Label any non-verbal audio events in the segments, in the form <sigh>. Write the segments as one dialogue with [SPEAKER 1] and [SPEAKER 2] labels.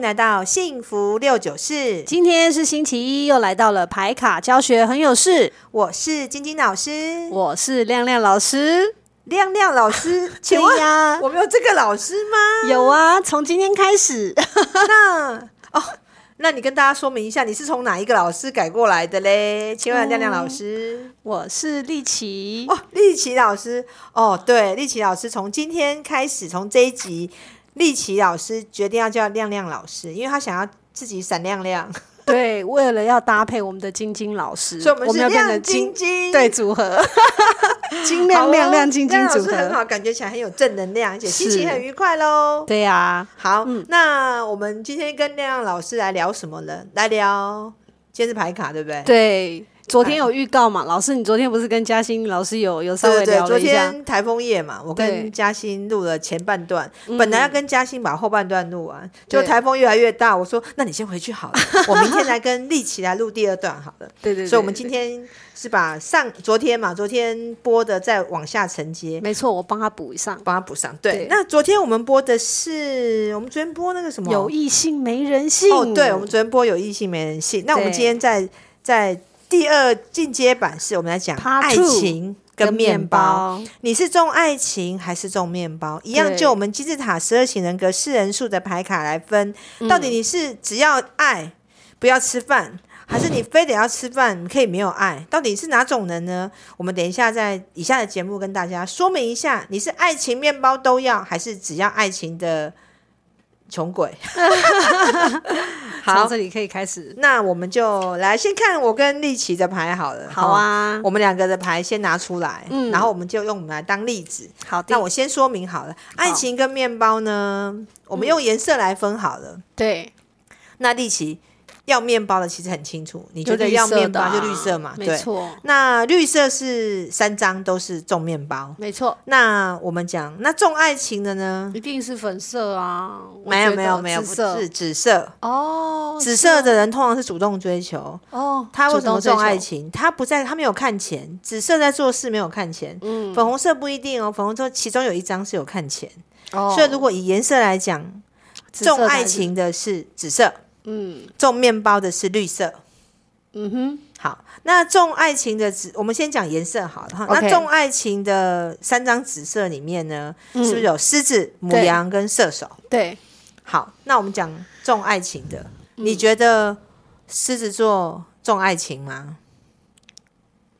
[SPEAKER 1] 来到幸福六九四，
[SPEAKER 2] 今天是星期一，又来到了排卡教学很有事。
[SPEAKER 1] 我是晶晶老师，
[SPEAKER 2] 我是亮亮老师。
[SPEAKER 1] 亮亮老师，请
[SPEAKER 2] 对
[SPEAKER 1] 问
[SPEAKER 2] 呀
[SPEAKER 1] 我们有这个老师吗？
[SPEAKER 2] 有啊，从今天开始， <laughs>
[SPEAKER 1] 那哦，那你跟大家说明一下，你是从哪一个老师改过来的嘞？请问亮亮老师。
[SPEAKER 2] 我是丽琪。
[SPEAKER 1] 哦，丽琪老师，哦，对，丽琪老师从今天开始，从这一集，丽琪老师决定要叫亮亮老师，因为她想要自己闪亮亮，
[SPEAKER 2] 对，为了要搭配我们的晶晶老师，
[SPEAKER 1] 所以我们是
[SPEAKER 2] 嗯要变成
[SPEAKER 1] 亮晶晶，
[SPEAKER 2] 对组
[SPEAKER 1] <laughs>
[SPEAKER 2] 合，晶
[SPEAKER 1] 好哦，
[SPEAKER 2] 亮亮亮晶晶
[SPEAKER 1] 亮
[SPEAKER 2] 组
[SPEAKER 1] 老师很
[SPEAKER 2] 合。
[SPEAKER 1] 好，感觉起来很有正能量，而且心情
[SPEAKER 2] 是
[SPEAKER 1] 很愉快喽。
[SPEAKER 2] 对呀、
[SPEAKER 1] 好，那我们今天跟亮亮老师来聊什么呢？来聊，今天是牌卡，对不对？
[SPEAKER 2] 对，昨天有预告嘛，老师，你昨天不是跟嘉欣老师有有稍微
[SPEAKER 1] 对对
[SPEAKER 2] 聊
[SPEAKER 1] 对，昨
[SPEAKER 2] 了一下？
[SPEAKER 1] 天台风夜嘛，我
[SPEAKER 2] 对
[SPEAKER 1] 跟嘉欣录了前半段，本来要跟嘉欣把后半段录完，就
[SPEAKER 2] 对
[SPEAKER 1] 台风越来越大，我说那你先回去好了，我明天来跟丽琪来录第二段好了。
[SPEAKER 2] 对对对
[SPEAKER 1] 所以，我们
[SPEAKER 2] 对
[SPEAKER 1] 今天是把上昨天嘛，昨天播的再往下承接，
[SPEAKER 2] 没错，我帮他补上。
[SPEAKER 1] 帮他补上。对，
[SPEAKER 2] 对
[SPEAKER 1] 那昨天我们播的是我们昨天播那个什么
[SPEAKER 2] 有异性没人性
[SPEAKER 1] 哦，对，我们昨天播有异性没人性，那我们
[SPEAKER 2] 对
[SPEAKER 1] 今天在在第二进阶版是我们来讲
[SPEAKER 2] Part
[SPEAKER 1] 爱
[SPEAKER 2] two，
[SPEAKER 1] 情跟面包。，你是重爱情还是重面包？一样，
[SPEAKER 2] 对
[SPEAKER 1] 就我们金字塔十二型人格四人数的牌卡来分，
[SPEAKER 2] 嗯
[SPEAKER 1] 到底你是只要爱不要吃饭，还是你非得要吃饭，你可以没有爱？到底是哪种人呢？我们等一下在以下的节目跟大家说明一下，你是爱情面包都要，还是只要爱情的穷鬼？ <laughs>
[SPEAKER 2] 从
[SPEAKER 1] 好，
[SPEAKER 2] 这里可以开始。
[SPEAKER 1] 那我们就来先看我跟丽琪的牌好了。
[SPEAKER 2] 好
[SPEAKER 1] 哦。
[SPEAKER 2] 啊，
[SPEAKER 1] 我们两个的牌先拿出来，
[SPEAKER 2] 嗯
[SPEAKER 1] 然后我们就用我们来当例子。
[SPEAKER 2] 好的，
[SPEAKER 1] 那我先说明好了，爱情跟面包呢，我们用颜色来分好了。
[SPEAKER 2] 对，
[SPEAKER 1] 那丽琪要面包的其实很清楚，你觉得
[SPEAKER 2] 就绿
[SPEAKER 1] 要
[SPEAKER 2] 色
[SPEAKER 1] 面
[SPEAKER 2] 的
[SPEAKER 1] 包
[SPEAKER 2] 啊
[SPEAKER 1] 就绿色嘛，
[SPEAKER 2] 没
[SPEAKER 1] 对。
[SPEAKER 2] 错，
[SPEAKER 1] 那绿色是三张都是重面包。
[SPEAKER 2] 没错，
[SPEAKER 1] 那我们讲，那重爱情的呢？
[SPEAKER 2] 一定是粉色啊，我
[SPEAKER 1] 没有
[SPEAKER 2] 觉
[SPEAKER 1] 没
[SPEAKER 2] 得
[SPEAKER 1] 有没有，
[SPEAKER 2] 紫
[SPEAKER 1] 不
[SPEAKER 2] 色
[SPEAKER 1] 是紫色。
[SPEAKER 2] 哦，
[SPEAKER 1] 紫色的人通常是主动追求，
[SPEAKER 2] 哦，
[SPEAKER 1] 他为什么
[SPEAKER 2] 主动
[SPEAKER 1] 重爱
[SPEAKER 2] 追求？
[SPEAKER 1] 情？他不在，他没有看钱。紫色在做事没有看钱，
[SPEAKER 2] 嗯，
[SPEAKER 1] 粉红色不一定哦。粉红色其中有一张是有看钱，
[SPEAKER 2] 哦
[SPEAKER 1] 所以如果以颜色来讲，
[SPEAKER 2] 紫色
[SPEAKER 1] 重
[SPEAKER 2] 的还
[SPEAKER 1] 爱
[SPEAKER 2] 是
[SPEAKER 1] 情的是紫色，
[SPEAKER 2] 嗯
[SPEAKER 1] 重面包的是绿色。
[SPEAKER 2] 嗯哼，
[SPEAKER 1] 好，那重爱情的紫，我们先讲颜色好了哈。那
[SPEAKER 2] OK
[SPEAKER 1] 重爱情的三张紫色里面呢，是不是有狮子、母
[SPEAKER 2] 嗯对
[SPEAKER 1] 羊跟射手？
[SPEAKER 2] 对，
[SPEAKER 1] 好，那我们讲重爱情的，
[SPEAKER 2] 嗯
[SPEAKER 1] 你觉得狮子座重爱情吗？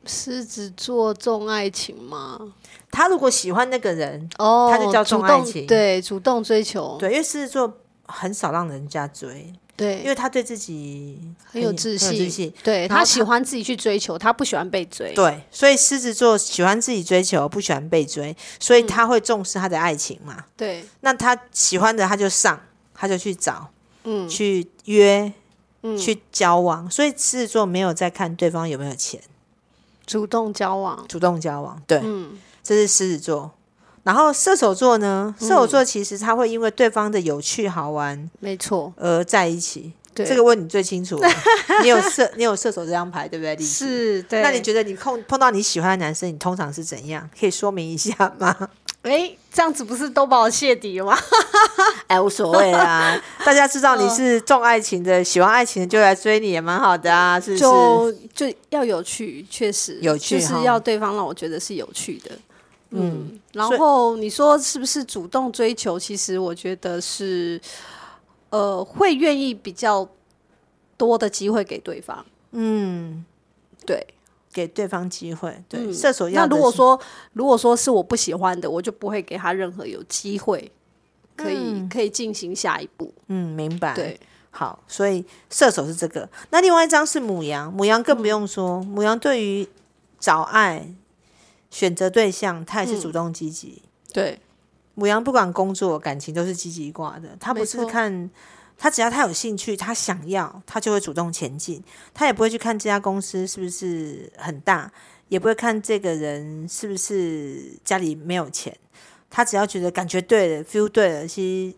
[SPEAKER 2] 狮子座重爱情吗？
[SPEAKER 1] 他如果喜欢那个人，
[SPEAKER 2] 哦，
[SPEAKER 1] 它就叫
[SPEAKER 2] 主
[SPEAKER 1] 重爱
[SPEAKER 2] 动
[SPEAKER 1] 情
[SPEAKER 2] 对，主动追求，
[SPEAKER 1] 对，因为狮子座很少让人家追，
[SPEAKER 2] 对，
[SPEAKER 1] 因为他对自己
[SPEAKER 2] 很有自
[SPEAKER 1] 很有自信
[SPEAKER 2] 信，对
[SPEAKER 1] 然后
[SPEAKER 2] 他
[SPEAKER 1] 他
[SPEAKER 2] 喜欢自己去追求，他不喜欢被追，
[SPEAKER 1] 对，所以狮子座喜欢自己追求，不喜欢被追，所以
[SPEAKER 2] 嗯
[SPEAKER 1] 他会重视他的爱情嘛。
[SPEAKER 2] 对，
[SPEAKER 1] 那他喜欢的他就上，他就去找，
[SPEAKER 2] 嗯
[SPEAKER 1] 去约，
[SPEAKER 2] 嗯，
[SPEAKER 1] 去交往。所以狮子座没有在看对方有没有钱，
[SPEAKER 2] 主动交往，
[SPEAKER 1] 主动交往。对，
[SPEAKER 2] 嗯，
[SPEAKER 1] 这是狮子座。然后射手座呢？
[SPEAKER 2] 嗯
[SPEAKER 1] 射手座其实他会因为对方的有趣好玩
[SPEAKER 2] 没错，
[SPEAKER 1] 而在一起。
[SPEAKER 2] 对，
[SPEAKER 1] 这个问你最清
[SPEAKER 2] <laughs>
[SPEAKER 1] 楚了，你有射你有射手这张牌对不对？丽姐
[SPEAKER 2] 是对。
[SPEAKER 1] 那你觉得你碰碰到你喜欢的男生，你通常是怎样？可以说明一下吗？
[SPEAKER 2] 得，哎，这样子不是都把我泄底了吗？
[SPEAKER 1] 哎，无所谓 <laughs> 啦，大家知道你是重爱情的，喜欢爱情的就来追你，也蛮好的啊，是不是？
[SPEAKER 2] 就就要有趣，确实
[SPEAKER 1] 有趣
[SPEAKER 2] 就是
[SPEAKER 1] 哈
[SPEAKER 2] 要对方让我觉得是有趣的。嗯，然
[SPEAKER 1] 所以
[SPEAKER 2] 后你说是不是主动追求？其实我觉得是，呃，会愿意比较多的机会给对方。
[SPEAKER 1] 嗯，
[SPEAKER 2] 对，
[SPEAKER 1] 给对方机会，对，
[SPEAKER 2] 嗯
[SPEAKER 1] 射手要
[SPEAKER 2] 那
[SPEAKER 1] 的
[SPEAKER 2] 如果
[SPEAKER 1] 是
[SPEAKER 2] 说如果说是我不喜欢的，我就不会给他任何有机会可以、可以进行下一步。
[SPEAKER 1] 嗯，明白，
[SPEAKER 2] 对，
[SPEAKER 1] 好，所以射手是这个。那另外一张是母羊，母羊更不用说，母羊对于找爱、选择对象，他也是主动积极。
[SPEAKER 2] 对，
[SPEAKER 1] 母羊不管工作、感情都是积极挂的，他不
[SPEAKER 2] 没
[SPEAKER 1] 是
[SPEAKER 2] 错
[SPEAKER 1] 看他只要他有兴趣，他想要，他就会主动前进，他也不会去看这家公司是不是很大，也不会看这个人是不是家里没有钱，他只要觉得感觉对了，feel 对了，其实。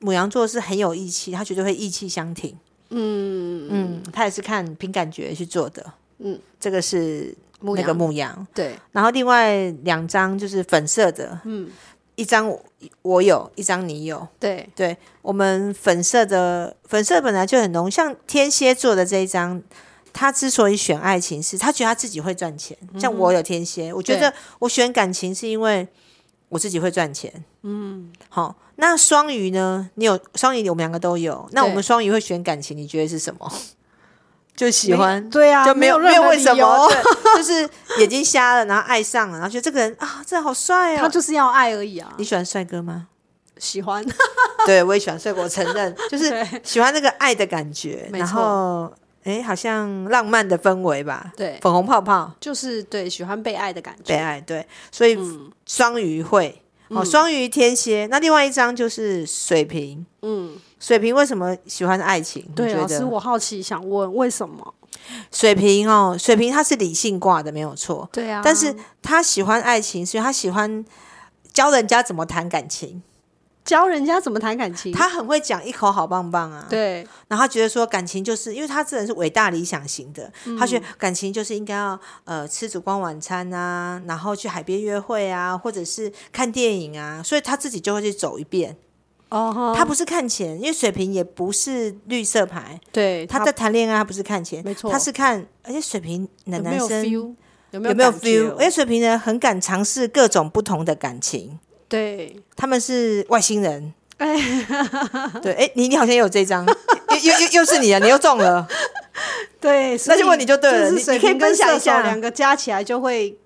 [SPEAKER 1] 母羊座是很有义气，他绝对会义气相挺。
[SPEAKER 2] 嗯，
[SPEAKER 1] 嗯，他也是看凭感觉去做的。
[SPEAKER 2] 嗯，
[SPEAKER 1] 这个是
[SPEAKER 2] 牧
[SPEAKER 1] 那
[SPEAKER 2] 羊
[SPEAKER 1] 个牧羊，
[SPEAKER 2] 对，
[SPEAKER 1] 然后另外两张就是粉色的，嗯，一张我我有，一张你有。
[SPEAKER 2] 对，
[SPEAKER 1] 对我们粉色的粉色本来就很浓，像天蝎座的这一张，他之所以选爱情是，他觉得他自己会赚钱。像我有天蝎，我觉得我选感情是因为我自己会赚钱。嗯，好，那双鱼呢？你有双鱼，我们两个都有。那我们
[SPEAKER 2] 对
[SPEAKER 1] 双鱼会选感情，你觉得是什么？ <laughs> 就喜
[SPEAKER 2] 没
[SPEAKER 1] 欢。
[SPEAKER 2] 对啊，
[SPEAKER 1] 就没有
[SPEAKER 2] 任
[SPEAKER 1] 没有
[SPEAKER 2] 何
[SPEAKER 1] 为什
[SPEAKER 2] 理
[SPEAKER 1] <laughs>
[SPEAKER 2] 由
[SPEAKER 1] 么，对就是眼睛瞎了，然后爱上了，然后觉得这个人啊，这好帅
[SPEAKER 2] 他
[SPEAKER 1] 哦。
[SPEAKER 2] 就是要爱而已啊。
[SPEAKER 1] 你喜欢帅哥吗？
[SPEAKER 2] 喜欢，
[SPEAKER 1] <laughs> 对，我也喜欢睡，我承 <laughs> 认，就是
[SPEAKER 2] 对
[SPEAKER 1] 喜欢那个爱的感觉，
[SPEAKER 2] 没
[SPEAKER 1] 然
[SPEAKER 2] 错
[SPEAKER 1] 后哎，好像浪漫的氛围吧，
[SPEAKER 2] 对，
[SPEAKER 1] 粉红泡泡，
[SPEAKER 2] 就是对喜欢被爱的感
[SPEAKER 1] 被
[SPEAKER 2] 觉。
[SPEAKER 1] 爱，对，所以
[SPEAKER 2] 嗯
[SPEAKER 1] 双鱼会哦，双鱼天蝎，那另外一张就是水瓶，
[SPEAKER 2] 嗯，
[SPEAKER 1] 水瓶为什么喜欢爱情？
[SPEAKER 2] 对，
[SPEAKER 1] 我
[SPEAKER 2] 老
[SPEAKER 1] 啊觉
[SPEAKER 2] 师，
[SPEAKER 1] 得
[SPEAKER 2] 我好奇想问为什么？
[SPEAKER 1] 水瓶哦，水瓶他是理性挂的，没有错，
[SPEAKER 2] 对啊，
[SPEAKER 1] 但是他喜欢爱情，所以他喜欢。教人家怎么谈感情，
[SPEAKER 2] 教人家怎么谈感情，
[SPEAKER 1] 他很会讲一口好棒棒啊！
[SPEAKER 2] 对
[SPEAKER 1] 然后他觉得说感情就是，因为他这人是伟大理想型的，
[SPEAKER 2] 嗯
[SPEAKER 1] 他觉得感情就是应该要呃吃烛光晚餐啊，然后去海边约会啊，或者是看电影啊，所以他自己就会去走一遍。
[SPEAKER 2] 哦哈，
[SPEAKER 1] 他不是看钱，因为水瓶也不是绿色牌，
[SPEAKER 2] 对
[SPEAKER 1] 他在谈恋爱，他不是看钱，
[SPEAKER 2] 没错
[SPEAKER 1] 他是看，而且水瓶的
[SPEAKER 2] 有没
[SPEAKER 1] 男
[SPEAKER 2] 有
[SPEAKER 1] 生
[SPEAKER 2] feel 有没
[SPEAKER 1] 有没有
[SPEAKER 2] 感觉
[SPEAKER 1] feel？而且水哎瓶人很敢尝试各种不同的感情，
[SPEAKER 2] 对，
[SPEAKER 1] 他们是外星
[SPEAKER 2] <laughs>
[SPEAKER 1] 人。对，哎、你你好像也有这张，又又又又是你啊，你又中了。
[SPEAKER 2] 对，
[SPEAKER 1] 那
[SPEAKER 2] 所
[SPEAKER 1] 就
[SPEAKER 2] 以
[SPEAKER 1] 问你就对了
[SPEAKER 2] 是
[SPEAKER 1] 你
[SPEAKER 2] 水
[SPEAKER 1] 你可以
[SPEAKER 2] 瓶跟
[SPEAKER 1] 分享一
[SPEAKER 2] 射手
[SPEAKER 1] 下
[SPEAKER 2] 两个加起来就会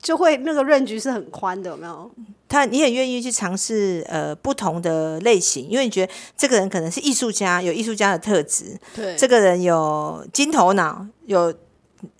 [SPEAKER 2] 就会那个 range 是很宽的，有没有？
[SPEAKER 1] 他你很愿意去尝试呃不同的类型，因为你觉得这个人可能是艺术家，有艺术家的特质；
[SPEAKER 2] 对
[SPEAKER 1] 这个人有金头脑，有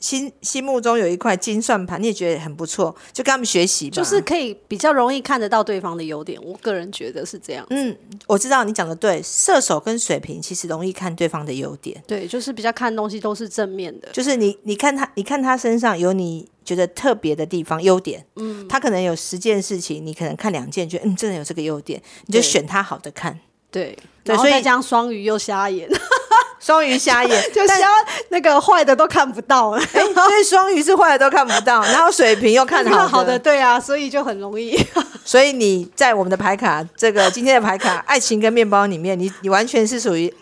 [SPEAKER 1] 心心目中有一块金算盘，你也觉得很不错，就跟他们学习吧。
[SPEAKER 2] 就是可以比较容易看得到对方的优点，我个人觉得是这样。
[SPEAKER 1] 嗯，我知道你讲的对，射手跟水瓶其实容易看对方的优点，
[SPEAKER 2] 对，就是比较看东西都是正面的，
[SPEAKER 1] 就是你你看他，你看他身上有你觉得特别的地方优点，嗯，他可能有十件事情，你可能看两件，觉得嗯，真的有这个优点，你就
[SPEAKER 2] 对
[SPEAKER 1] 选他好的
[SPEAKER 2] <laughs>
[SPEAKER 1] 看。
[SPEAKER 2] 对，
[SPEAKER 1] 对
[SPEAKER 2] 然后
[SPEAKER 1] 所以
[SPEAKER 2] 再加上双鱼又瞎眼，
[SPEAKER 1] 双鱼瞎眼，
[SPEAKER 2] 就
[SPEAKER 1] 但
[SPEAKER 2] 瞎那个坏的都看不到了，
[SPEAKER 1] 哎，所以双鱼是坏的都看不到，然后水瓶又看好
[SPEAKER 2] <laughs> 看 <laughs> 好的，对啊，所以就很容易。
[SPEAKER 1] 所以你在我们的牌卡，这个今天的牌卡《爱情跟面包》里面，你你完全是属于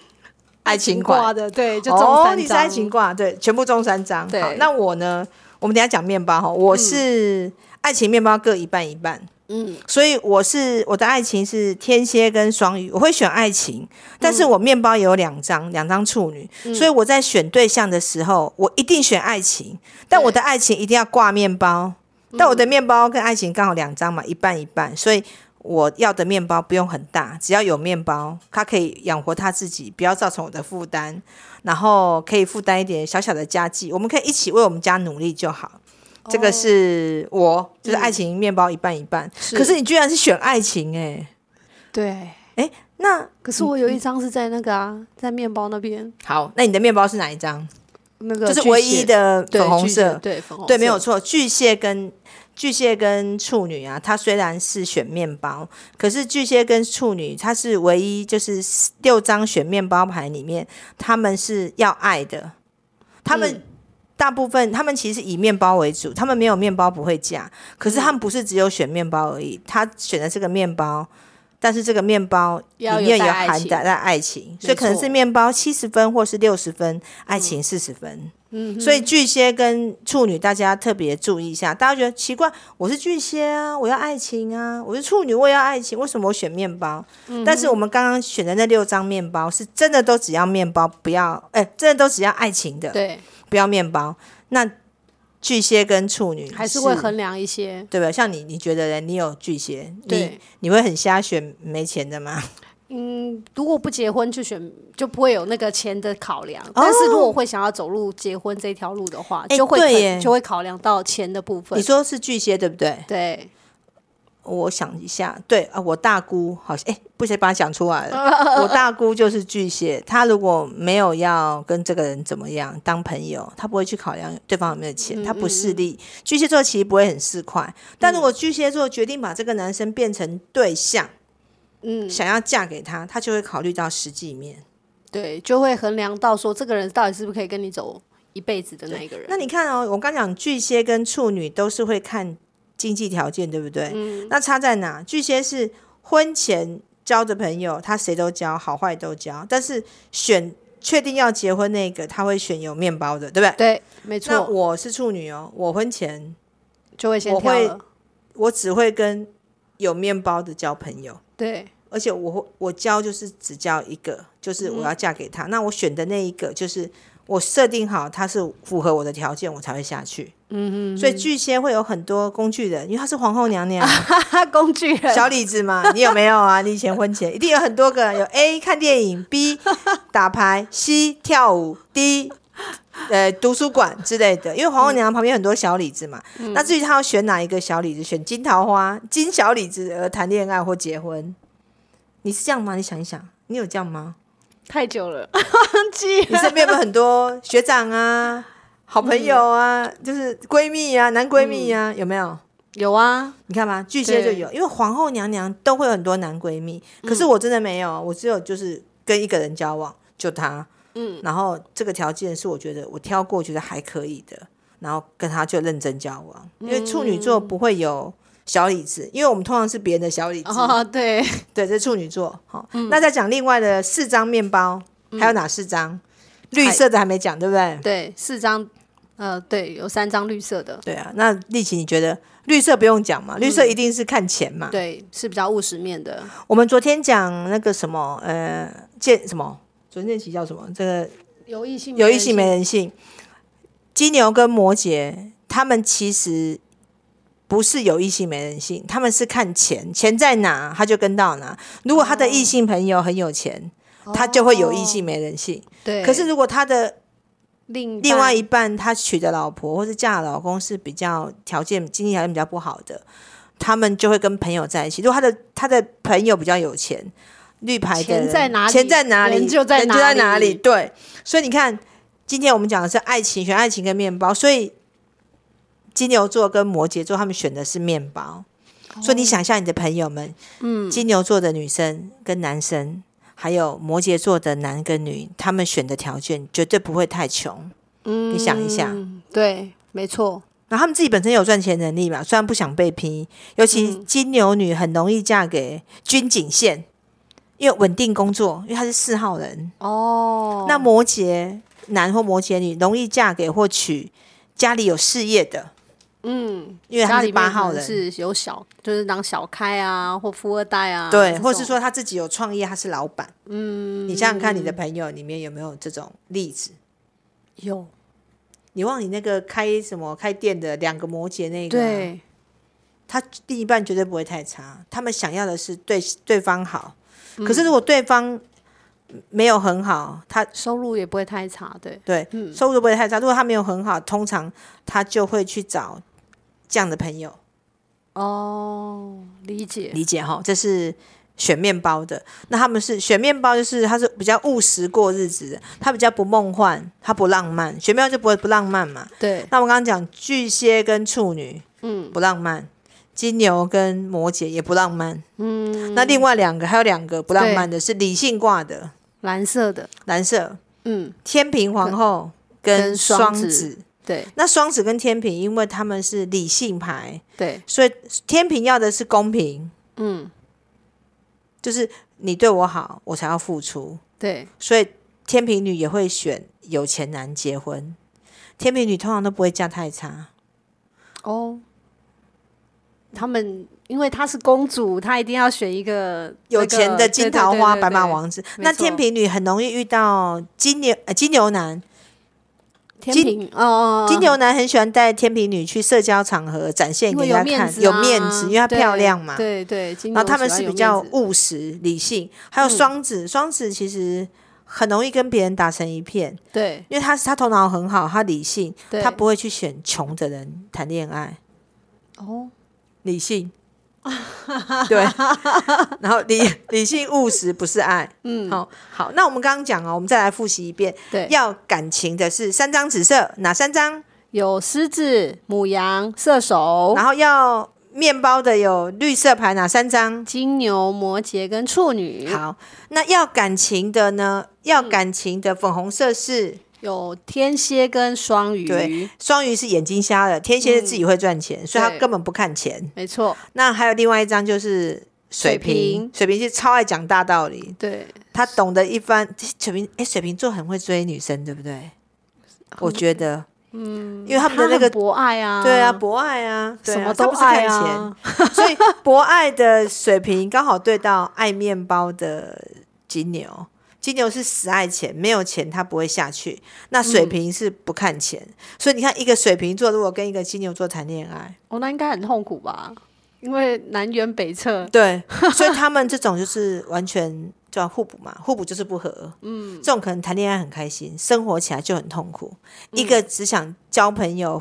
[SPEAKER 1] 爱情
[SPEAKER 2] 挂
[SPEAKER 1] 挂，
[SPEAKER 2] 的，对，就中三
[SPEAKER 1] 哦，
[SPEAKER 2] 张。
[SPEAKER 1] 你是爱情挂，对，全部中三张。
[SPEAKER 2] 对
[SPEAKER 1] 好那我呢？我们等一下讲面包哈，我是爱情面包各一半一半，
[SPEAKER 2] 嗯，
[SPEAKER 1] 所以我是我的爱情是天蝎跟双鱼，我会选爱情，但是我面包也有两张，两张处女，所以我在选对象的时候，我一定选爱情，但我的爱情一定要挂面包，但我的面包跟爱情刚好两张嘛，一半一半，所以。我要的面包不用很大，只要有面包，它可以养活他自己，不要造成我的负担，然后可以负担一点小小的家计，我们可以一起为我们家努力就好。这
[SPEAKER 2] 哦
[SPEAKER 1] 个是我，就是爱情面包一半一半。
[SPEAKER 2] 嗯是
[SPEAKER 1] 可是你居然是选爱情哎、
[SPEAKER 2] 对。
[SPEAKER 1] 那
[SPEAKER 2] 可是我有一张是在那个啊，在面包那边，
[SPEAKER 1] 好，那你的面包是哪一张？
[SPEAKER 2] 那个
[SPEAKER 1] 就是
[SPEAKER 2] 巨
[SPEAKER 1] 唯
[SPEAKER 2] 蟹
[SPEAKER 1] 一的
[SPEAKER 2] 对
[SPEAKER 1] 粉红
[SPEAKER 2] 巨蟹
[SPEAKER 1] 色，
[SPEAKER 2] 对粉红
[SPEAKER 1] 对，没有
[SPEAKER 2] 色
[SPEAKER 1] 错。巨蟹跟巨蟹跟处女啊，它虽然是选面包，可是巨蟹跟处女，它是唯一就是六张选面包牌里面，他们是要爱的，他们、
[SPEAKER 2] 嗯
[SPEAKER 1] 大部分他们其实以面包为主，他们没有面包不会嫁。可是他
[SPEAKER 2] 嗯
[SPEAKER 1] 们不是只有选面包而已，他选的这个面包，但是这个面包里
[SPEAKER 2] 要有
[SPEAKER 1] 面
[SPEAKER 2] 带
[SPEAKER 1] 有
[SPEAKER 2] 爱
[SPEAKER 1] 含
[SPEAKER 2] 情
[SPEAKER 1] 带爱情，所以
[SPEAKER 2] 没
[SPEAKER 1] 可能
[SPEAKER 2] 错嗯
[SPEAKER 1] 是面包七十分或是六十分，爱情四十分。所以巨蟹跟处女，大家特别注意一下。大家觉得奇怪，我是巨蟹啊，我要爱情啊；我是处女，我也要爱情，为什么我选面包？
[SPEAKER 2] 嗯
[SPEAKER 1] 但是我们刚刚选的那六张面包，是真的都只要面包，不要哎、真的都只要爱情的，
[SPEAKER 2] 对，
[SPEAKER 1] 不要面包。那巨蟹跟处女
[SPEAKER 2] 还是会衡量一些。
[SPEAKER 1] 对吧？像你，你觉得嘞？你有巨蟹，你
[SPEAKER 2] 对，
[SPEAKER 1] 你会很瞎选没钱的吗？
[SPEAKER 2] 嗯，如果不结婚去选，就不会有那个钱的考量。但是如果会想要走入结婚这条路的话，
[SPEAKER 1] 哦哎
[SPEAKER 2] 就会
[SPEAKER 1] 对
[SPEAKER 2] 肯
[SPEAKER 1] 耶
[SPEAKER 2] 就会考量到钱的部分
[SPEAKER 1] 你。说是巨蟹对不对？
[SPEAKER 2] 对，
[SPEAKER 1] 我想一下，对啊，我大姑好像哎，不行，把它讲出来了。我大姑就是巨蟹，她如果没有要跟这个人怎么样当朋友，她不会去考量对方有没有钱，她不势利。巨蟹座其实不会很市侩，但如果巨蟹座决定把这个男生变成对象，
[SPEAKER 2] 嗯，
[SPEAKER 1] 想要嫁给他，他就会考虑到实际面。
[SPEAKER 2] 对，就会衡量到说这个人到底是不是可以跟你走一辈子的那一个人。
[SPEAKER 1] 那你看哦，我刚讲巨蟹跟处女都是会看经济条件，对不对？
[SPEAKER 2] 嗯
[SPEAKER 1] 那差在哪？巨蟹是婚前交的朋友，他谁都交，好坏都交，但是选确定要结婚那个，他会选有面包的，对不对？
[SPEAKER 2] 对，没
[SPEAKER 1] 那
[SPEAKER 2] 错，
[SPEAKER 1] 我是处女哦，我婚前
[SPEAKER 2] 就会先
[SPEAKER 1] 我
[SPEAKER 2] 挑
[SPEAKER 1] 会
[SPEAKER 2] 了。
[SPEAKER 1] 我只会跟有面包的交朋友。
[SPEAKER 2] 对， <laughs>
[SPEAKER 1] 而且我会我交就是只交一个，就是我要嫁给他。那我选的那一个，就是我设定好他是符合我的条件，我才会下去。嗯嗯。所以巨蟹会有很多工具人，因为他是皇后娘娘、
[SPEAKER 2] 哈哈，工具 <laughs> 人，
[SPEAKER 1] 小李子嘛，你有没有啊？你以前婚前一定有很多个，有 A 看电影，B 打牌，C 跳舞，D 呃图书馆之类的。因为皇后娘娘旁边很多小李子嘛，那至于他要选哪一个小李子，选金桃花、金小李子而谈恋爱或结婚，你是这样吗？你想一想，你有这样吗？
[SPEAKER 2] 太久了，忘记
[SPEAKER 1] 你
[SPEAKER 2] 了。
[SPEAKER 1] 身边有没有很多学长啊、好朋友啊，就是闺蜜啊、男闺蜜啊，有没有？
[SPEAKER 2] 有啊，
[SPEAKER 1] 你看吧，巨蟹就有，因为皇后娘娘都会有很多男闺蜜，可是我真的没有，我只有就是跟一个人交往，就他，嗯，然后这个条件是我觉得我挑过，觉得还可以的，然后跟他就认真交往，因为处女座不会有小李子，因为我们通常是别人的小李子，
[SPEAKER 2] 哦，对，
[SPEAKER 1] <laughs> 对，这是处女座，好、那再讲另外的四张面包，还有哪四张？绿色的还没讲，对不对？
[SPEAKER 2] 对，四张，呃，对，有三张绿色的，
[SPEAKER 1] 对啊，那丽琪，你觉得绿色不用讲嘛？绿色一定是看钱嘛？
[SPEAKER 2] 对，是比较务实面的。
[SPEAKER 1] 我们昨天讲那个什么，呃，见什么？昨天那集叫什么？这个
[SPEAKER 2] 有异性，
[SPEAKER 1] 有异性没人性。金牛跟摩羯，他们其实不是有异性没人性，他们是看钱，钱在哪他就跟到哪。如果他的异性朋友很有钱，
[SPEAKER 2] 哦，
[SPEAKER 1] 他就会有异性没人性。
[SPEAKER 2] 对，
[SPEAKER 1] 可是如果他的
[SPEAKER 2] 另
[SPEAKER 1] 另外
[SPEAKER 2] 半
[SPEAKER 1] 一半他娶的老婆或是嫁的老公是比较条件经济条件比较不好的，他们就会跟朋友在一起。如果他的他的朋友比较有钱，绿牌的
[SPEAKER 2] 钱
[SPEAKER 1] 人
[SPEAKER 2] 在哪里
[SPEAKER 1] 钱在哪里？
[SPEAKER 2] 人就在
[SPEAKER 1] 人
[SPEAKER 2] 哪里
[SPEAKER 1] 哪里？对，所以你看，今天我们讲的是爱情，选爱情跟面包，所以金牛座跟摩羯座他们选的是面包。所以你想一下，你的朋友们，嗯，金牛座的女生跟男生，还有摩羯座的男跟女，他们选的条件绝对不会太穷。嗯，你想一下，
[SPEAKER 2] 嗯对，没错，
[SPEAKER 1] 然后他们自己本身有赚钱能力嘛，虽然不想被批，尤其
[SPEAKER 2] 嗯
[SPEAKER 1] 金牛女很容易嫁给军警线，因为稳定工作，因为她是四号人。
[SPEAKER 2] 哦，
[SPEAKER 1] 那摩羯男或摩羯女容易嫁给或娶家里有事业的，
[SPEAKER 2] 嗯，
[SPEAKER 1] 因为
[SPEAKER 2] 家
[SPEAKER 1] 他
[SPEAKER 2] 里
[SPEAKER 1] 是
[SPEAKER 2] 面
[SPEAKER 1] 八
[SPEAKER 2] 可
[SPEAKER 1] 号
[SPEAKER 2] 能
[SPEAKER 1] 人，
[SPEAKER 2] 是有小，就是当小开啊，或富二代啊，
[SPEAKER 1] 对，
[SPEAKER 2] 这
[SPEAKER 1] 或是
[SPEAKER 2] 种
[SPEAKER 1] 说他自己有创业，他是老板。嗯，你想想看，你的朋友里面有没有这种例子？
[SPEAKER 2] 有
[SPEAKER 1] 你忘你那个开什么开店的两个摩羯那个啊、
[SPEAKER 2] 对
[SPEAKER 1] 他另一半绝对不会太差，他们想要的是对对方好。可是如果对方没有很好，他
[SPEAKER 2] 收入也不会太差，对，
[SPEAKER 1] 对、收入不会太差。如果他没有很好，通常他就会去找这样的朋友。
[SPEAKER 2] 哦，理解，
[SPEAKER 1] 理解哈，这是选面包的。那他们是选面包，就是他是比较务实过日子的，他比较不梦幻，他不浪漫。选面包就不会不浪漫嘛。
[SPEAKER 2] 对，
[SPEAKER 1] 那我刚刚讲巨蟹跟处女，嗯，不浪漫；金牛跟摩羯也不浪漫，嗯。那另外两个还有两个不浪漫的是理性挂的
[SPEAKER 2] 蓝色的，
[SPEAKER 1] 蓝色，
[SPEAKER 2] 嗯，
[SPEAKER 1] 天平皇后跟
[SPEAKER 2] 跟双
[SPEAKER 1] 双
[SPEAKER 2] 子
[SPEAKER 1] 子。
[SPEAKER 2] 对
[SPEAKER 1] 那双子跟天平，因为他们是理性牌，
[SPEAKER 2] 对，
[SPEAKER 1] 所以天平要的是公平，
[SPEAKER 2] 嗯，
[SPEAKER 1] 就是你对我好，我才要付出。
[SPEAKER 2] 对，
[SPEAKER 1] 所以天平女也会选有钱男结婚。天平女通常都不会嫁太差，
[SPEAKER 2] 哦，他们因为她是公主，她一定要选一个
[SPEAKER 1] 有
[SPEAKER 2] 那个
[SPEAKER 1] 钱的
[SPEAKER 2] 对
[SPEAKER 1] 金
[SPEAKER 2] 对
[SPEAKER 1] 桃
[SPEAKER 2] 对
[SPEAKER 1] 花、
[SPEAKER 2] 对
[SPEAKER 1] 白马
[SPEAKER 2] 对
[SPEAKER 1] 王子。
[SPEAKER 2] 没
[SPEAKER 1] 那
[SPEAKER 2] 错
[SPEAKER 1] 天平女很容易遇到金牛呃金牛男，
[SPEAKER 2] 天
[SPEAKER 1] 金
[SPEAKER 2] 平，哦哦，哦
[SPEAKER 1] 金牛男很喜欢带天平女去社交场合展现
[SPEAKER 2] 因
[SPEAKER 1] 给
[SPEAKER 2] 为
[SPEAKER 1] 人家
[SPEAKER 2] 有
[SPEAKER 1] 看，
[SPEAKER 2] 面
[SPEAKER 1] 有
[SPEAKER 2] 子啊，
[SPEAKER 1] 因为她
[SPEAKER 2] 对
[SPEAKER 1] 漂亮嘛。
[SPEAKER 2] 对对，金
[SPEAKER 1] 然后
[SPEAKER 2] 牛
[SPEAKER 1] 他们
[SPEAKER 2] 喜欢
[SPEAKER 1] 是
[SPEAKER 2] 有
[SPEAKER 1] 比
[SPEAKER 2] 面
[SPEAKER 1] 较
[SPEAKER 2] 子
[SPEAKER 1] 务实、理性，还有
[SPEAKER 2] 嗯
[SPEAKER 1] 双子，双子其实很容易跟别人打成一片，
[SPEAKER 2] 对
[SPEAKER 1] 因为他他头脑很好，他理性，
[SPEAKER 2] 对，
[SPEAKER 1] 他不会去选穷的人谈恋爱，
[SPEAKER 2] 哦，
[SPEAKER 1] 理性。 <laughs> 对，然后理理性务实不是爱，嗯，好好，那我们刚刚讲哦，我们再来复习一遍，
[SPEAKER 2] 对，
[SPEAKER 1] 要感情的是三张紫色，哪三张？
[SPEAKER 2] 有狮子、母羊、射手、
[SPEAKER 1] 然后要面包的有绿色牌，哪三张？
[SPEAKER 2] 金牛、摩羯跟处女。嗯
[SPEAKER 1] 好，那要感情的呢？要感情的粉红色是
[SPEAKER 2] 有天蝎跟双鱼，
[SPEAKER 1] 对，双鱼是眼睛瞎了，天蝎是自己会赚钱，所以他
[SPEAKER 2] 嗯对
[SPEAKER 1] 根本不看钱。
[SPEAKER 2] 没错，
[SPEAKER 1] 那还有另外一张就是水
[SPEAKER 2] 水
[SPEAKER 1] 瓶
[SPEAKER 2] 瓶，
[SPEAKER 1] 水瓶是超爱讲大道理，
[SPEAKER 2] 对，
[SPEAKER 1] 他懂得一番。水瓶，哎，水瓶座很会追女生，对不对？我觉得，嗯，因为他们的那
[SPEAKER 2] 很
[SPEAKER 1] 个。
[SPEAKER 2] 博爱啊，
[SPEAKER 1] 对啊，，博爱啊，对啊
[SPEAKER 2] 什么都
[SPEAKER 1] 他不是看
[SPEAKER 2] 爱
[SPEAKER 1] 钱
[SPEAKER 2] 啊，
[SPEAKER 1] 所以博爱的水平刚好对到爱面包的金牛。金牛是死爱钱，没有钱他不会下去。那
[SPEAKER 2] 嗯
[SPEAKER 1] 水瓶是不看钱，所以你看一个水瓶座如果跟一个金牛座谈恋爱，
[SPEAKER 2] 哦，那应该很痛苦吧？因为南辕北辙， <laughs>
[SPEAKER 1] 对，所以他们这种就是完全叫互补嘛，互补就是不合。嗯，这种可能谈恋爱很开心，生活起来就很痛苦。
[SPEAKER 2] 嗯
[SPEAKER 1] 一个只想交朋友，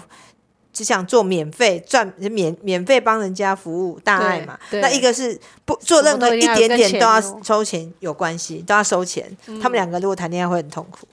[SPEAKER 1] 只想做免费赚免免费帮人家服务大爱嘛。
[SPEAKER 2] 对对
[SPEAKER 1] 那一个是不做任何一
[SPEAKER 2] 什么都
[SPEAKER 1] 点
[SPEAKER 2] 一定要
[SPEAKER 1] 点
[SPEAKER 2] 跟钱嗯
[SPEAKER 1] 都要
[SPEAKER 2] 哦
[SPEAKER 1] 收钱有关系，都要收钱。他们两个如果谈恋爱会很痛苦。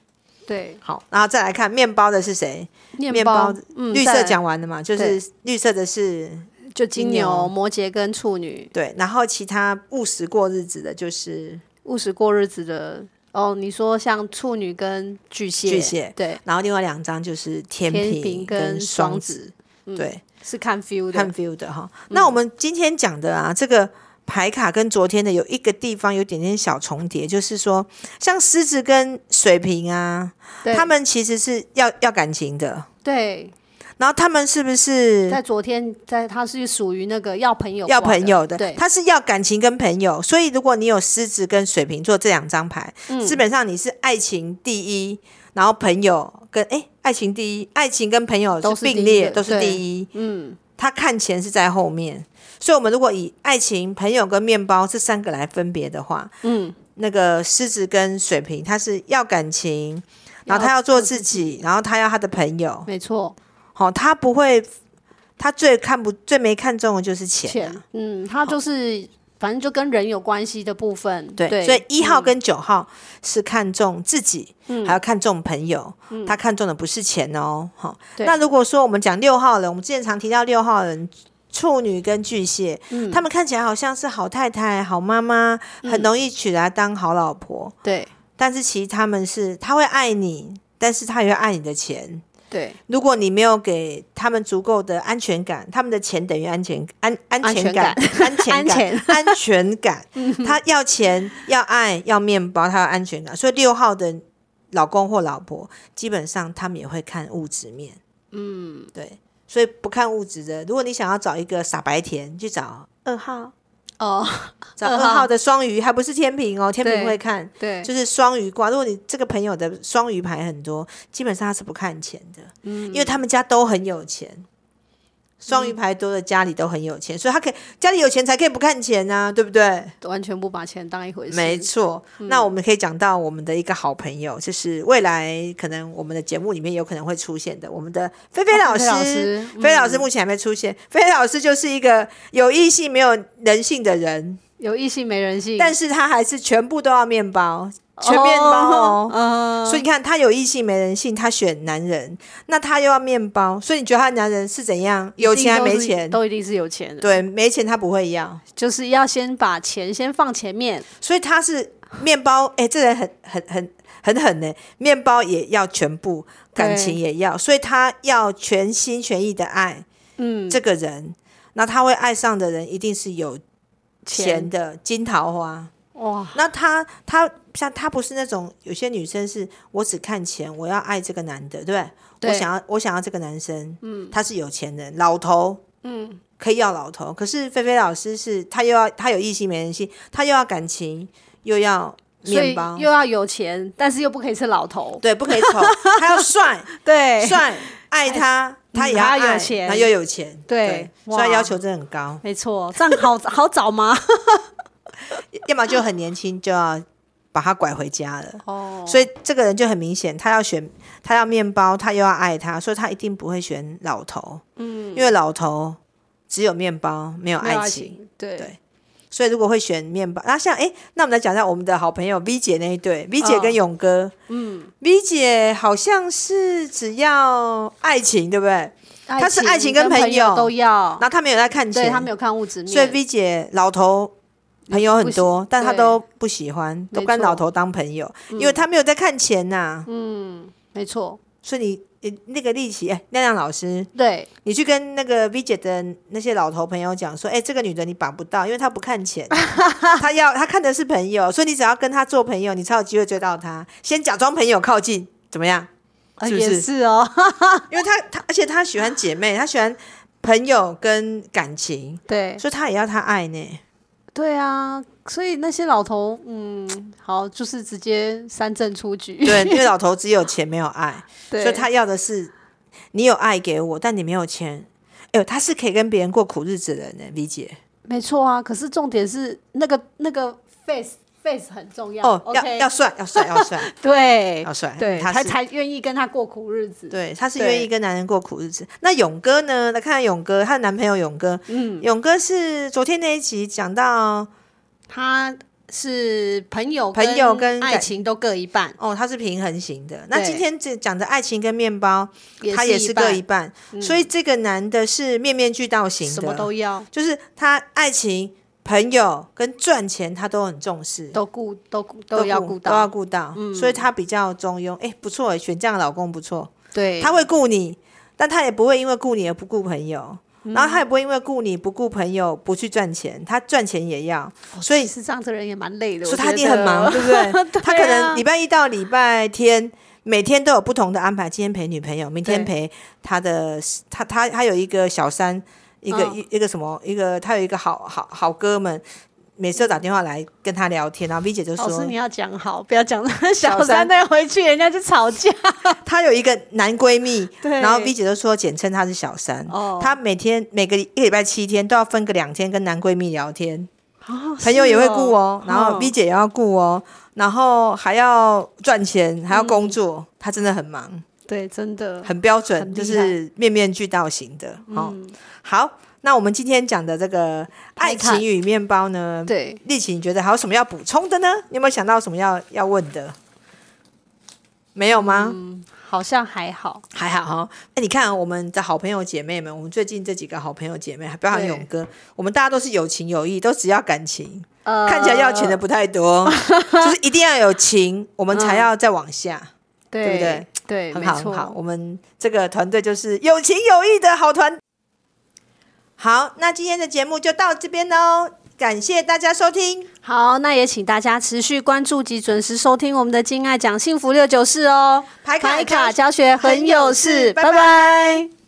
[SPEAKER 2] 对，
[SPEAKER 1] 好，然后再来看面包的是谁？面
[SPEAKER 2] 面
[SPEAKER 1] 包
[SPEAKER 2] 嗯，
[SPEAKER 1] 绿
[SPEAKER 2] 再
[SPEAKER 1] 色
[SPEAKER 2] 来
[SPEAKER 1] 讲完了嘛，就是绿色的是
[SPEAKER 2] 就金
[SPEAKER 1] 金牛
[SPEAKER 2] 牛、摩羯跟处女，
[SPEAKER 1] 对，然后其他务实过日子的就是。
[SPEAKER 2] 务实过日子的。哦，你说像处女跟巨蟹，
[SPEAKER 1] 巨蟹
[SPEAKER 2] 对，
[SPEAKER 1] 然后另外两张就是天
[SPEAKER 2] 天
[SPEAKER 1] 平
[SPEAKER 2] 平
[SPEAKER 1] 跟
[SPEAKER 2] 跟
[SPEAKER 1] 双
[SPEAKER 2] 双
[SPEAKER 1] 子
[SPEAKER 2] 子，嗯
[SPEAKER 1] 对，
[SPEAKER 2] 是看 feel 的
[SPEAKER 1] 看，view 的哈。那我们今天讲的啊，这个牌卡跟昨天的有一个地方有点点小重叠，就是说，像狮子跟水瓶啊，
[SPEAKER 2] 对
[SPEAKER 1] 他们其实是要要感情的，
[SPEAKER 2] 对，
[SPEAKER 1] 然后他们是不是
[SPEAKER 2] 在昨天，在他是属于那个要朋友
[SPEAKER 1] 要
[SPEAKER 2] 挂的
[SPEAKER 1] 朋友的？
[SPEAKER 2] 对，
[SPEAKER 1] 他是要感情跟朋友，所以如果你有狮子跟水瓶座这两张牌，
[SPEAKER 2] 嗯
[SPEAKER 1] 基本上你是爱情第一，然后朋友跟诶，爱情第一，爱情跟朋友
[SPEAKER 2] 都
[SPEAKER 1] 是
[SPEAKER 2] 是第一
[SPEAKER 1] 并列，
[SPEAKER 2] 的
[SPEAKER 1] 都是
[SPEAKER 2] 对
[SPEAKER 1] 第一。
[SPEAKER 2] 嗯，
[SPEAKER 1] 他看钱是在后面，所以我们如果以爱情、朋友跟面包这三个来分别的话，
[SPEAKER 2] 嗯，
[SPEAKER 1] 那个狮子跟水瓶，他是要感情，然后他
[SPEAKER 2] 要
[SPEAKER 1] 要做自己，然后他要他的朋友，
[SPEAKER 2] 没错，
[SPEAKER 1] 好、他不会，他最看不最没看中的就是钱啊、
[SPEAKER 2] 钱，嗯，他就是反正就跟人有关系的部分，
[SPEAKER 1] 对，
[SPEAKER 2] 对，
[SPEAKER 1] 所以一号跟九号是看重自己，还要看重朋友，他看重的不是钱哦。好，
[SPEAKER 2] 对
[SPEAKER 1] 那如果说我们讲六号人，我们之前常提到六号人。处女跟巨蟹，他们看起来好像是好太太、好妈妈，很容易娶来当好老婆。
[SPEAKER 2] 对
[SPEAKER 1] 但是其实他们是，他会爱你，但是他也会爱你的钱。
[SPEAKER 2] 对
[SPEAKER 1] 如果你没有给他们足够的安全感，他们的钱等于安全安安全感、安全
[SPEAKER 2] <laughs> 安全嗯
[SPEAKER 1] 感、安全感。他要钱、要爱、要面包，他要安全感。所以六号的老公或老婆，基本上他们也会看物质面。嗯，对。所以不看物质的，如果你想要找一个傻白甜，去找二号，
[SPEAKER 2] 哦，
[SPEAKER 1] 找
[SPEAKER 2] 二
[SPEAKER 1] 二
[SPEAKER 2] 号
[SPEAKER 1] 号的双鱼，还不是天平哦，天平
[SPEAKER 2] 对
[SPEAKER 1] 会看。
[SPEAKER 2] 对，
[SPEAKER 1] 就是双鱼卦。如果你这个朋友的双鱼牌很多，基本上他是不看钱的，
[SPEAKER 2] 嗯
[SPEAKER 1] 因为他们家都很有钱。双鱼牌多的家里都很有钱，所以他可以家里有钱才可以不看钱啊，对不对？
[SPEAKER 2] 完全不把钱当一回事，
[SPEAKER 1] 没错。
[SPEAKER 2] 嗯
[SPEAKER 1] 那我们可以讲到我们的一个好朋友，就是未来可能我们的节目里面有可能会出现的，我们的菲菲老
[SPEAKER 2] 菲
[SPEAKER 1] 师。
[SPEAKER 2] 菲老师嗯
[SPEAKER 1] 菲老师目前还没出现。菲菲老师就是一个有异性没有人性的人，
[SPEAKER 2] 有异性没人性，
[SPEAKER 1] 但是他还是全部都要面包，全面包哦。
[SPEAKER 2] 嗯，
[SPEAKER 1] 所以你看，他有异性没人性，他选男人，那他又要面包，所以你觉得他的男人是怎样？有钱还没钱？
[SPEAKER 2] 都一定是有钱的，
[SPEAKER 1] 对，没钱他不会要，
[SPEAKER 2] 就是要先把钱先放前面，
[SPEAKER 1] 所以他是面包。哎、这人很很很很狠呢、面包也要全部，感情也要，所以他要全心全意的爱
[SPEAKER 2] 嗯，
[SPEAKER 1] 这个人。那他会爱上的人一定是有钱的金桃花。
[SPEAKER 2] 哇，
[SPEAKER 1] 那他他像他不是那种有些女生是我只看钱，我要爱这个男的，对不对？
[SPEAKER 2] 对
[SPEAKER 1] 我想要我想要这个男生，嗯，他是有钱人，老头，嗯，可以要老头。可是菲菲老师是他又要他有异性没人性，他又要感情，又要
[SPEAKER 2] 所以
[SPEAKER 1] 面包，
[SPEAKER 2] 又要有钱，但是又不可以是老头，
[SPEAKER 1] 对，不可以
[SPEAKER 2] <laughs>
[SPEAKER 1] 丑，他要帅
[SPEAKER 2] 对
[SPEAKER 1] 帅，爱他，他也要
[SPEAKER 2] 哎嗯还要有
[SPEAKER 1] 爱
[SPEAKER 2] 钱
[SPEAKER 1] 然后又有钱，
[SPEAKER 2] 对
[SPEAKER 1] 所以他
[SPEAKER 2] 哇
[SPEAKER 1] 要求真的很高，
[SPEAKER 2] 没错，这样好好找吗？
[SPEAKER 1] 要么就很年轻就要把他拐回家了。
[SPEAKER 2] 哦，
[SPEAKER 1] 所以这个人就很明显，他要选，他要面包，他又要爱他，所以他一定不会选老头，嗯，因为老头只有面包，没有
[SPEAKER 2] 没有
[SPEAKER 1] 爱情。
[SPEAKER 2] 情，对
[SPEAKER 1] 对所以如果会选面包，那像诶，那我们来讲一下我们的好朋友 V 姐那一对，V 姐跟勇哥，嗯，V 姐好像是只要爱情，对不对？他是爱情跟朋
[SPEAKER 2] 朋
[SPEAKER 1] 友
[SPEAKER 2] 都要
[SPEAKER 1] 然，后他没有在看
[SPEAKER 2] 哦对
[SPEAKER 1] 钱，
[SPEAKER 2] 他没有看物质面，
[SPEAKER 1] 所以 V 姐老头朋友很多，但她
[SPEAKER 2] 对
[SPEAKER 1] 都不喜欢，
[SPEAKER 2] 没
[SPEAKER 1] 都跟
[SPEAKER 2] 错
[SPEAKER 1] 老头当朋友，因为她没有在看钱呐、嗯，
[SPEAKER 2] 没错，
[SPEAKER 1] 所以你你那个力气，哎，亮亮老师，
[SPEAKER 2] 对，
[SPEAKER 1] 你去跟那个 V 姐的那些老头朋友讲说，哎、这个女的你绑不到，因为她不看
[SPEAKER 2] <laughs>
[SPEAKER 1] 钱，她要她看的是朋友，所以你只要跟她做朋友，你才有机会追到她。先假装朋友靠近，怎么样？
[SPEAKER 2] 呃
[SPEAKER 1] 是不是
[SPEAKER 2] 也是哦，
[SPEAKER 1] 因为她她，而且她喜欢姐妹，她喜欢朋友跟感情，
[SPEAKER 2] 对，
[SPEAKER 1] 所以她也要她爱
[SPEAKER 2] <laughs>
[SPEAKER 1] 呢。
[SPEAKER 2] 对啊，所以那些老头，嗯，好，就是直接三振出局，
[SPEAKER 1] 对，因为老头只有钱没有爱，所
[SPEAKER 2] 对，
[SPEAKER 1] 以他要的是你有爱给我，但你没有钱。哎呦，他是可以跟别人过苦日子的人呢，V 姐。
[SPEAKER 2] 没错啊。可是重点是那个那个 face face 很重要
[SPEAKER 1] 哦，要
[SPEAKER 2] OK，
[SPEAKER 1] 要帅，要帅，要帅，
[SPEAKER 2] 对
[SPEAKER 1] 要帅。
[SPEAKER 2] <laughs> 对，
[SPEAKER 1] 他
[SPEAKER 2] 才
[SPEAKER 1] 是
[SPEAKER 2] 才愿意跟他过苦日子，
[SPEAKER 1] 对，他是
[SPEAKER 2] 对
[SPEAKER 1] 愿意跟男人过苦日子。那勇哥呢？来看看勇哥，他的男朋友勇哥。嗯，勇哥是昨天那一集讲到，
[SPEAKER 2] 他是朋友
[SPEAKER 1] 朋友跟
[SPEAKER 2] 爱
[SPEAKER 1] 感
[SPEAKER 2] 情都各一半，
[SPEAKER 1] 哦，他是平衡型的。那
[SPEAKER 2] 对
[SPEAKER 1] 今天这讲的爱情跟面包，他
[SPEAKER 2] 也
[SPEAKER 1] 也是各一
[SPEAKER 2] 半嗯
[SPEAKER 1] 半，所以这个男的是面面俱到型的，
[SPEAKER 2] 什么都要，
[SPEAKER 1] 就是他爱情、朋友跟赚钱，他都很重视，
[SPEAKER 2] 都顾都顾都要顾
[SPEAKER 1] 都要
[SPEAKER 2] 到，嗯
[SPEAKER 1] 顾到，所以他比较中庸。哎，不错，选这样的老公不错，
[SPEAKER 2] 对，
[SPEAKER 1] 他会顾你，但他也不会因为顾你而不顾朋友。
[SPEAKER 2] 嗯
[SPEAKER 1] 然后他也不会因为顾你不顾朋友不去赚钱，他赚钱也要，所以
[SPEAKER 2] 其实这样的人也蛮累的，
[SPEAKER 1] 所以
[SPEAKER 2] 哦我
[SPEAKER 1] 他一定
[SPEAKER 2] 觉
[SPEAKER 1] 很
[SPEAKER 2] 得
[SPEAKER 1] 忙，对不
[SPEAKER 2] <laughs>
[SPEAKER 1] 对？他可能礼
[SPEAKER 2] 对啊
[SPEAKER 1] 拜一到礼拜天每天都有不同的安排，今天陪女朋友，明天陪他的他他他有一个小三，一个、
[SPEAKER 2] 嗯
[SPEAKER 1] 一一个什么一个他有一个好好好哥们，每次都打电话来跟他聊天，然后 V 姐就
[SPEAKER 2] 老师
[SPEAKER 1] 说
[SPEAKER 2] 哦你要讲好，不要
[SPEAKER 1] <laughs>
[SPEAKER 2] 讲那
[SPEAKER 1] 小
[SPEAKER 2] 小
[SPEAKER 1] 三
[SPEAKER 2] 三再回去人家就吵
[SPEAKER 1] <laughs>
[SPEAKER 2] 架，
[SPEAKER 1] 她啊有一个男闺蜜，
[SPEAKER 2] 对
[SPEAKER 1] 然后 V 姐就说简称他是小三，
[SPEAKER 2] 哦
[SPEAKER 1] 她每天每个一个礼拜七天都要分个两天跟男闺蜜聊天，
[SPEAKER 2] 哦
[SPEAKER 1] 朋友也会顾
[SPEAKER 2] 是
[SPEAKER 1] 哦，然后
[SPEAKER 2] 嗯
[SPEAKER 1] V 姐也要顾哦，然后还要赚钱，
[SPEAKER 2] 嗯
[SPEAKER 1] 还要工作，她真的很忙，
[SPEAKER 2] 对，真的
[SPEAKER 1] 很标准，
[SPEAKER 2] 很厉
[SPEAKER 1] 就
[SPEAKER 2] 害嗯
[SPEAKER 1] 是面面俱到型的。好，好，那我们今天讲的这个爱
[SPEAKER 2] 排卡
[SPEAKER 1] 情与面包呢，
[SPEAKER 2] 对。
[SPEAKER 1] 丽琴，你觉得还有什么要补充的呢？你有没有想到什么要要问的？没有吗？
[SPEAKER 2] 好像还好，
[SPEAKER 1] 还好哈、哎，你看啊我们的好朋友姐妹们，我们最近这几个好朋友姐妹，还包含
[SPEAKER 2] 对
[SPEAKER 1] 勇哥，我们大家都是有情有义，都只要感情，
[SPEAKER 2] 呃
[SPEAKER 1] 看起来要钱的不太
[SPEAKER 2] <laughs>
[SPEAKER 1] 多，就是一定要有情，我们才要再往下，
[SPEAKER 2] 对
[SPEAKER 1] 对不对？
[SPEAKER 2] 嗯对，
[SPEAKER 1] 很
[SPEAKER 2] 没
[SPEAKER 1] 好
[SPEAKER 2] 错
[SPEAKER 1] 很好。我们这个团队就是有情有义的好团。好，那今天的节目就到这边喽，感谢大家收听，
[SPEAKER 2] 好那也请大家持续关注及准时收听我们的《金爱讲幸福六九四》哦，
[SPEAKER 1] 排卡
[SPEAKER 2] 教学很有事，
[SPEAKER 1] 拜
[SPEAKER 2] 拜拜